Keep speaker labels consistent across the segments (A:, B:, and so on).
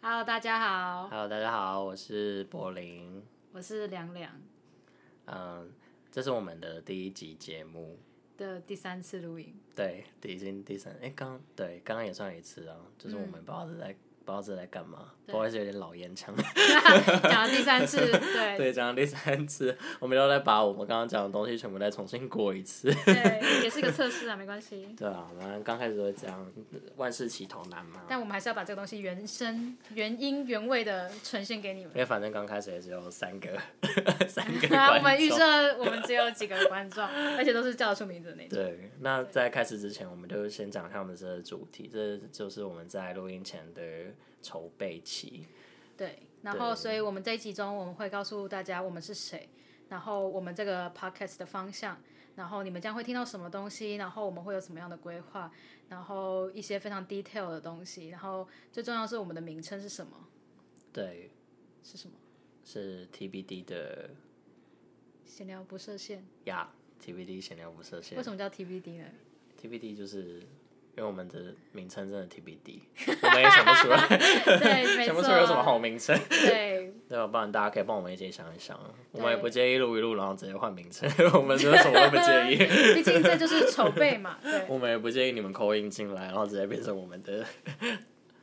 A: Hello，大家好，
B: Hello，大家好，我是柏林。
A: 我是凉凉
B: 嗯，这是我们的第一集节目，
A: 的第三次录 影，
B: 对，已经第三，哎，刚对，刚刚也算一次啊，就是我们
A: 嗯
B: 不知道是在、不知道是在干嘛，不好意思，有点老烟枪。
A: 讲了第三次，对
B: 对，讲到第三次，我们又在把我们刚刚讲的东西全部再重新过一次。
A: 对，也是个测试啊，没关系。
B: 对啊，反正刚开始都会这样，万事起头难嘛。
A: 但我们还是要把这个东西原声、原音、原味的呈现给你们
B: 因。为反正刚开始也只有三个， 三 个
A: 我们
B: 观
A: 预
B: 众。
A: 设我们只有几个观众，而且都是叫得出名字的那种。
B: 对，那在开始之前，我们就先讲一下我们这个主题，这就是我们在录音前的筹备期。
A: 对，然后所以我们这一集中我们会告诉大家我们是谁，然后我们这个 podcast 的方向，然后你们将会听到什么东西，然后我们会有什么样的规划，然后一些非常 detail 的东西，然后最重要是我们的名称是什么？
B: 对，
A: 是什么？
B: 是 TBD 的
A: 闲聊不设限，
B: 呀、t b d 闲聊不设限
A: 为。什么叫 TBD 呢？
B: TBD 就是因为我们的名称真的 TBD，我们也想不出来，
A: 对，没
B: 想不
A: 错，
B: 出有什么好名称。
A: 对，
B: 对啊吧？不然大家可以帮我们一起想一想，啊我们
A: 对
B: 也不介意录一录，然后直接换名称， 我们真的什么都不 介意。
A: 毕竟这就是筹备 嘛，对。
B: 我们也不介意你们口音进来，然后直接变成我们的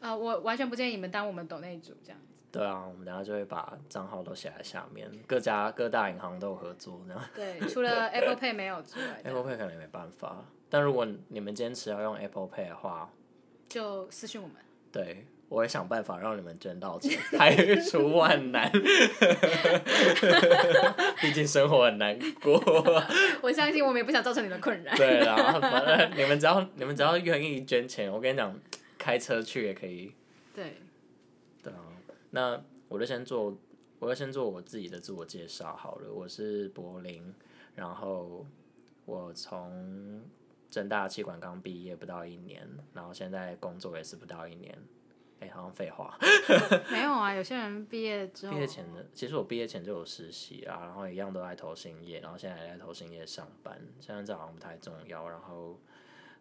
A: 呃，我完全不建议你们当我们抖内组这样。
B: 对啊，我们等下就会把账号都写在下面，各家各大银行都有合作，这样
A: 对，啊除了 Apple Pay 没有之外，这样
B: Apple Pay 可能也没办法。但如果你们坚持要用 Apple Pay 的话，
A: 就私信我们。
B: 对我会想办法让你们捐到钱，排除万难。 毕竟生活很难过。
A: 我相信我们也不想造成你们困扰。
B: 对啦，反正你们只要你们只要愿意捐钱，我跟你讲，开车去也可以。
A: 对，
B: 对啊，那我就先做，我就先做我自己的自我介绍好了。我是柏林，然后我从正大气管刚毕业不到一年，然后现在工作也是不到一年。哎、好像废话。
A: 没有啊，有些人毕业之后
B: 毕，业前的，其实我毕业前就有实习啊，然后一样都在投信业，然后现在也在投信业上班。现在这好像不太重要，然后。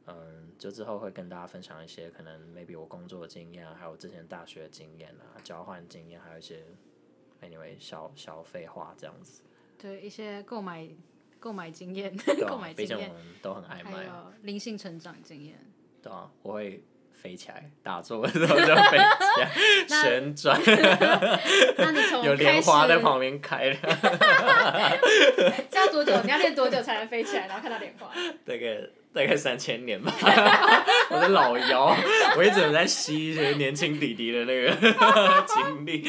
B: 嗯，就之后会跟大家分享一些可能 maybe 我工作的经验啊，还有之前大学的经验啊，交换经验，还有一些 anyway 小小废话这样 子。
A: 对一些购买、购买经验、
B: 对
A: 购
B: 啊
A: 买，
B: 毕
A: 经
B: 竟
A: 验，
B: 我们都很爱
A: 还
B: 买，
A: 有灵性成长经验。
B: 对啊，我会飞起来，打坐的时候就飞起来，
A: 那
B: 旋转，
A: 那你从
B: 有
A: 开
B: 莲
A: 始
B: 花在旁边开，
A: 这要多久？你要练多久才能飞起来，然后看到莲 花？
B: 大概大概三千年吧， 我的老妖，我一直有在吸一些年轻弟弟的那个 经历，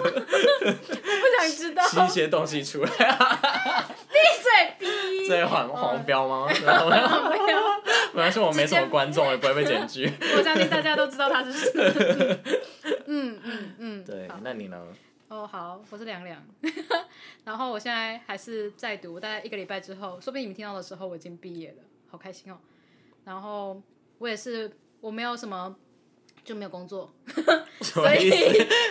A: 不想知道，
B: 吸一些东西出来，
A: 最逼。哦
B: 这黄黄标吗？然后呢
A: 不要
B: 本来是我没什么观众，也不会被检举。
A: 我相信大家都知道他是谁。嗯嗯 嗯，
B: 对
A: 好，
B: 那你呢？
A: 哦好，我是凉凉， 然后我现在还是在读，大概一个礼拜之后，说不定你们听到的时候我已经毕业了，好开心哦。然后我也是，我没有什么就没有工作，
B: 什 么意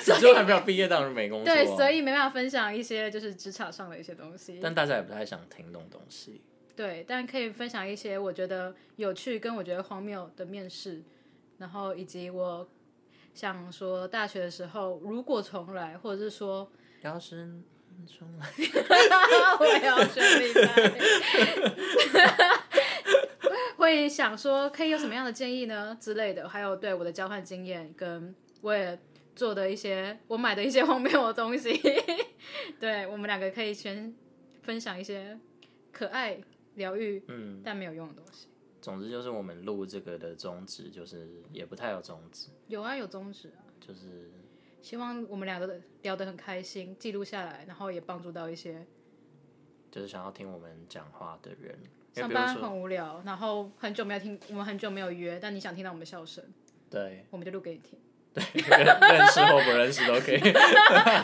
B: 思？你就还没有毕业，当然没工作啊。
A: 对，所以没办法分享一些就是职场上的一些东西，
B: 但大家也不太想听这种东西。
A: 对，但可以分享一些我觉得有趣跟我觉得荒谬的面试，然后以及我想说大学的时候如果重来，或者是说
B: 要是说
A: 我也要学李白。 会想说可以有什么样的建议呢之类的，还有对我的交换经验，跟我也做的一些我买的一些荒谬的东西， 对我们两个可以先分享一些可爱、疗愈，
B: 嗯，
A: 但没有用的东西。
B: 总之就是我们录这个的宗旨就是也不太有宗旨，
A: 有啊，有宗旨啊，
B: 就是
A: 希望我们两个聊得很开心，记录下来，然后也帮助到一些
B: 就是想要听我们讲话的人。因为
A: 上
B: 哎比如
A: 班
B: 说。
A: 很无聊，然后很久没有听，我们很久没有约，但你想听到我们的笑声。
B: 对，
A: 我们就录给你听，
B: 认识或不认识都可以。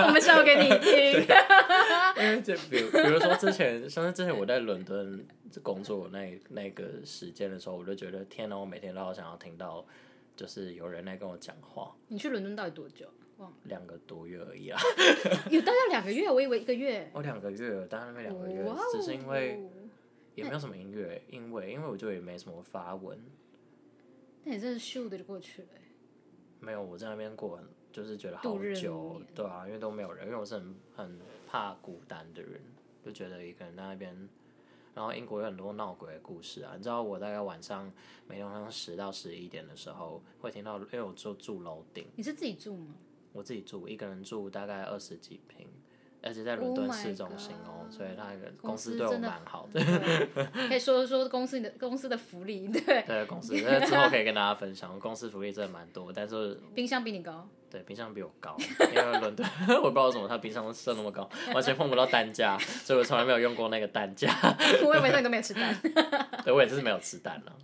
A: 我们笑给你听。
B: 因为这，比如比如说之前，像是之前我在伦敦工作那那个时间的时候，我就觉得天哪，我每天都好想要听到，就是有人来跟我讲话，
A: 你去伦敦到底多久？忘了，
B: 两个多月而已 啊，
A: 有大概两个月，我以为一个月。
B: 我两个月，待在那边两个月
A: 哇哦，哦
B: 只是因为也没有什么音乐，因为因为我就也没什么发文，
A: 那你真是咻的就过去了欸。
B: 没有，我在那边过很，就是觉得
A: 度
B: 好
A: 日如
B: 久
A: 年，
B: 对啊，因为都没有人，因为我是很很怕孤单的人，就觉得一个人在那边。然后英国有很多闹鬼的故事啊，你知道我大概晚上每天晚上十到十一点的时候会听到，因为我住住楼顶，
A: 你是自己住吗？
B: 我自己住，一个人住大概二十几平，而且在伦敦
A: Oh my
B: 市中心哦
A: God
B: 所以那个
A: 公
B: 公
A: 司
B: 哦司对我
A: 真的
B: 蛮好的。
A: 对，可以说说公司你的公司的福利， 对，
B: 对公 司，那之后可以跟大家分享。公司福利真的蛮多，但是
A: 冰箱比你高，
B: 对冰箱比我高， 因为伦敦我不知道为什么它冰箱设那么高，完全碰不到蛋架，所以我从来没有用过那个蛋架。
A: 我以为说你都没有吃饭。
B: 对我也是没有吃蛋了、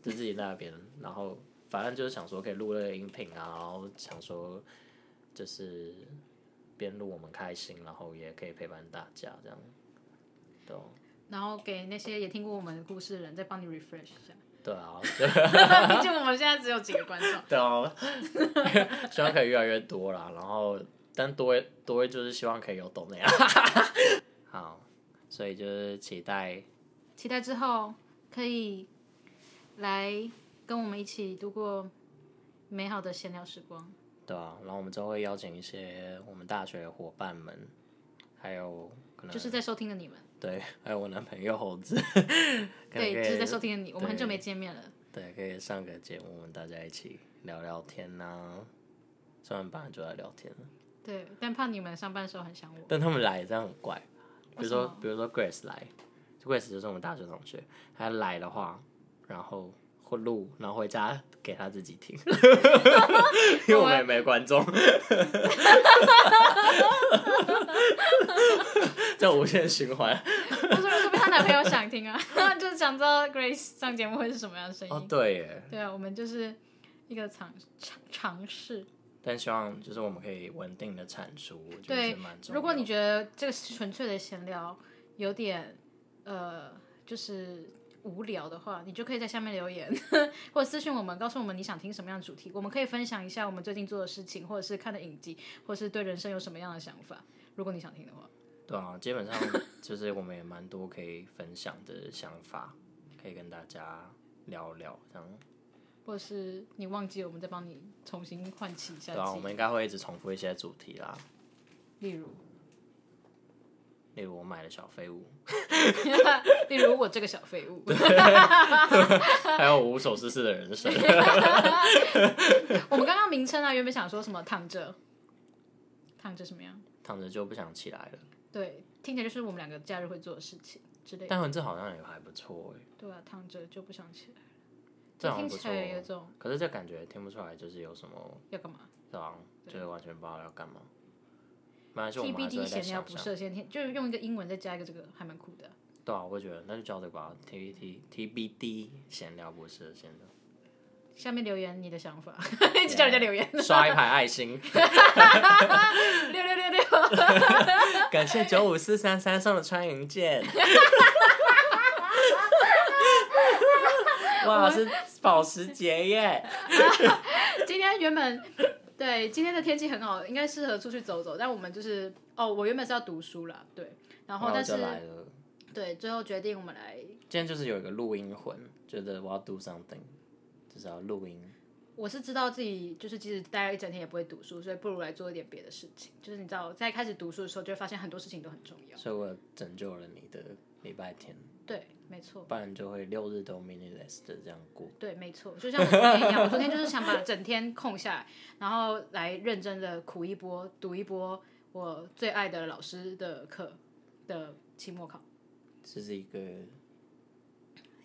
B: 就自己在那边，然后反正就是想说可以录那个音频啊，然后想说就是边录我们开心，然后也可以陪伴大家这样。对哦
A: 然后给那些也听过我们的故事的人，再帮你 refresh 一下。
B: 对啊，
A: 毕竟我们现在只有几个观众。
B: 对啊， 希望可以越来越多啦。然后，但多一多一就是希望可以有懂那样。 好，所以就是期待，
A: 期待之后可以来跟我们一起度过美好的闲聊时光。
B: 对啊。然后我们之后会邀请一些我们大学的伙伴们，还有可能
A: 就是在收听的你们，
B: 对，还有我男朋友猴子，可能
A: 对，
B: 可
A: 就
B: 以
A: 是在收听的你，我们很久
B: 对
A: 没见面了。
B: 对，可以上个节目，我们大家一起聊聊天呐、虽然本来就在聊天了，
A: 对，但怕你们上班的时候很想我。
B: 但他们来这样很怪。比如
A: 为什
B: 说
A: 么，
B: 比如说 Grace 来，Grace 就是我们大学同学，她来的话，然后会录，然后回家给她自己 听，因为我们也没观众，这无限循环。
A: 我说说不定她男朋友想听啊， 就是想知道 Grace 上节目会是什么样的声音。
B: 哦，对耶，
A: 对啊，我们就是一个尝尝尝试。
B: 但希望就是我们可以稳定的产出，我觉得
A: 对
B: 是蛮重要的。
A: 如果你觉得这个纯粹的闲聊有点呃，就是无聊的话，你就可以在下面留言 或者私信我们，告诉我们你想听什么样的主题，我们可以分享一下我们最近做的事情，或者是看的影集，或是对人生有什么样的想法。如果你想听的话，
B: 对啊，基本上 就是我们也蛮多可以分享的想法，可以跟大家聊聊这样。
A: 或者是你忘记了，我们再帮你重新唤起一下
B: 对啊，
A: 记
B: 我
A: 忆。
B: 们应该会一直重复一些主题啦，
A: 例如，
B: 例如我买的小废物，
A: 例如我这个小废物，
B: 还有我无所事事的人生。
A: 我们刚刚名称啊，原本想说什么躺着，躺着什么样？
B: 躺着就不想起来了，
A: 对，听起来就是我们两个假日会做的事情之类的。
B: 但这好像也还不错哎、
A: 对啊，躺着就不想起来，
B: 这
A: 就
B: 好像
A: 听
B: 不
A: 起
B: 错。哦
A: 来有种
B: 可是这感觉听不出来，就是有什么，
A: 要干嘛
B: 对啊，就是完全不知道要干嘛。没关系，我们还是
A: ？TBD
B: 会再
A: 闲聊
B: 想
A: 不
B: 想。
A: 设限，天就是用一个英文再加一个这个，还蛮酷的。
B: 对啊，我觉得那就叫这个吧，T T T B D 闲聊不是闲聊，
A: 下面留言你的想法， 一直叫人家留言，
B: 刷一排爱心，
A: 六六六六，
B: 感谢九五四三三送的穿 云箭。哇，是保时捷耶！
A: 今天原本对今天的天气很好，应该适合出去走走，但我们就是哦，我原本是要读书啦，对，然后但
B: 就是哦来了。
A: 对，最后决定我们来
B: 今天就是有一个录音魂，觉得我要 do something，就是要录音。
A: 我是知道自己就是即使待了一整天也不会读书，所以不如来做一点别的事情。就是你知道，在开始读书的时候，就会发现很多事情都很重要。
B: 所以我拯救了你的礼拜天，
A: 对，没错，
B: 不然就会六日都 meaningless 的这样过。
A: 对，没错，就像我昨天一样，我昨天就是想把整天空下来，然后来认真的苦一波，读一波我最爱的老师的课的期末考，
B: 这是一个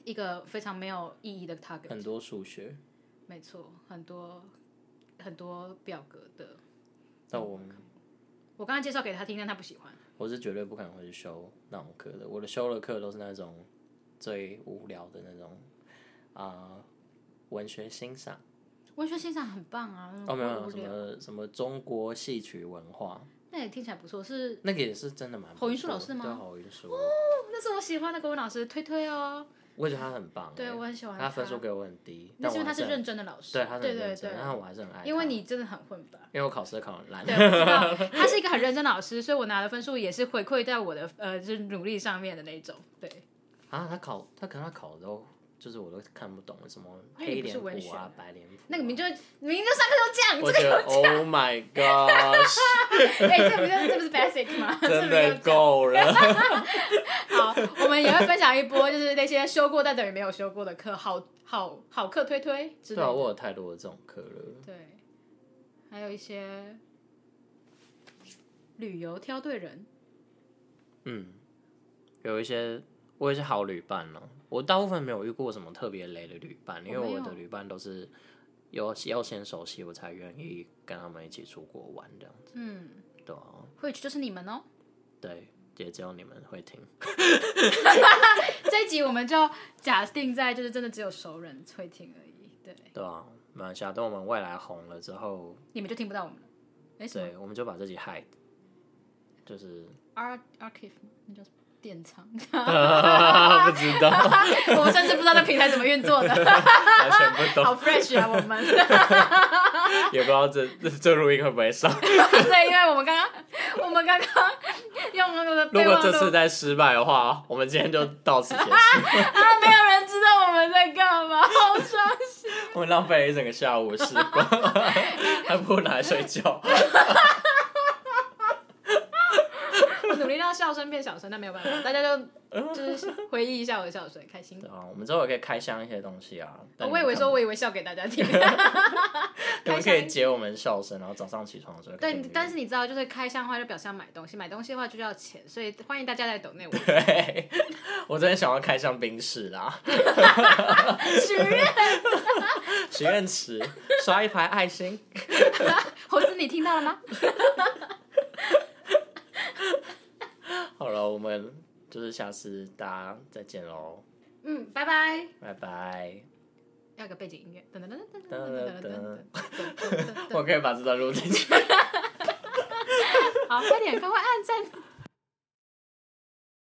A: 一个非常没有意义的 target。
B: 很多数学，
A: 没错，很多很多表格的，
B: 但我们
A: 我刚刚介绍给他听，但他不喜欢。
B: 我是绝对不可能会去修那种课的。我的修的课都是那种最无聊的那种啊、文学欣赏
A: 文学欣赏很棒啊，
B: 哦，没有没有
A: 无
B: 什
A: 聊
B: 么什么中国戏曲文化，
A: 那也听起来不错，是
B: 那个也是真的蛮不错
A: 侯云树老师吗
B: 对，侯云树，
A: 那是我喜欢的国文老师推推哦，
B: 我觉得他很棒，
A: 对
B: 欸
A: 我很喜欢
B: 他，分
A: 他
B: 数给我很低，
A: 那
B: 但
A: 是因
B: 我
A: 为他
B: 还
A: 是
B: 是
A: 认真的老师，
B: 对他是
A: 对
B: 很
A: 对
B: 认真，但
A: 对，
B: 是我还是很爱他，
A: 因为你真的很混 吧。
B: 因为我考试考很烂，
A: 对，我知道他是一个很认真的老师，所以我拿的分数也是回馈在我的呃，就是努力上面的那一种。对，
B: 啊，他考他可能他考的都就是我都看不懂什么
A: 因为
B: 黑
A: 你不是
B: 脸
A: 文
B: 谱
A: 学
B: 啊、白脸谱啊，
A: 那个明就明就上课就
B: 我
A: 这
B: 觉
A: 样，
B: 得 Oh my gosh，
A: 这个哎、这不就这不是 basic 吗？
B: 真
A: 这
B: 的
A: 不就
B: 够了，
A: 好，我们也会分享一波，就是那些修过但等于没有修过的课，好好好课推推之类
B: 对啊，
A: 的。
B: 我有太多的这种课了。
A: 对，还有一些旅游挑对人，
B: 嗯，有一些我有一些好旅伴呢、我大部分没有遇过什么特别雷的旅伴，因为
A: 我没
B: 我
A: 有
B: 的旅伴都是有要先熟悉，我才愿意跟他们一起出国玩这样子。
A: 嗯，
B: 对啊，
A: 会去就是你们哦。
B: 对，也只有你们会听。
A: 这一集我们就假定在就是真的只有熟人会听而已，对，
B: 对啊，马来西亚等我们未来红了之后，
A: 你们就听不到我们了。哎，什么
B: 对，我们就把自己害，就是
A: ar archive 那叫什么电仓？
B: 不知道，
A: 我们甚至不知道那平台怎么运作 的，
B: 完全不懂，
A: 好 fresh 啊，我们。
B: 也不知道这这这录音会不会上。
A: 对，因为我们刚刚我们刚刚用那个
B: 如
A: 备
B: 果
A: 忘
B: 这次
A: 录，
B: 再失败的话，我们今天就到此结束。
A: 啊，没有人知道我们在干嘛， 好伤心。
B: 我们浪费了一整个下午时光， 还不如拿来睡觉。
A: 我努力让笑声变小声，但没有办法，大家 就就是回忆一下我的笑声，开心
B: 对。啊，我们之后也可以开箱一些东西啊。但
A: 我以为说，我以为笑给大家 听，
B: 你
A: 开箱
B: 们可以截我们笑声，然后早上起床的时候可以
A: 对
B: 听听。，
A: 但是你知道，就是开箱的话就表示要买东西，买东西的话就要钱，所以欢迎大家来抖内我
B: 对，我真的想要开箱冰室啦，
A: 许愿。
B: 许愿池刷一排爱心。
A: 猴子，你听到了 吗？
B: 好了，我们就是下次大家再见喽，
A: 嗯，拜拜。
B: 拜拜。
A: 要个背景音乐，噔噔噔噔
B: 噔
A: 噔噔
B: 噔
A: 噔噔噔噔。
B: 我可以把这段录进去。
A: 好，快点，快快按赞。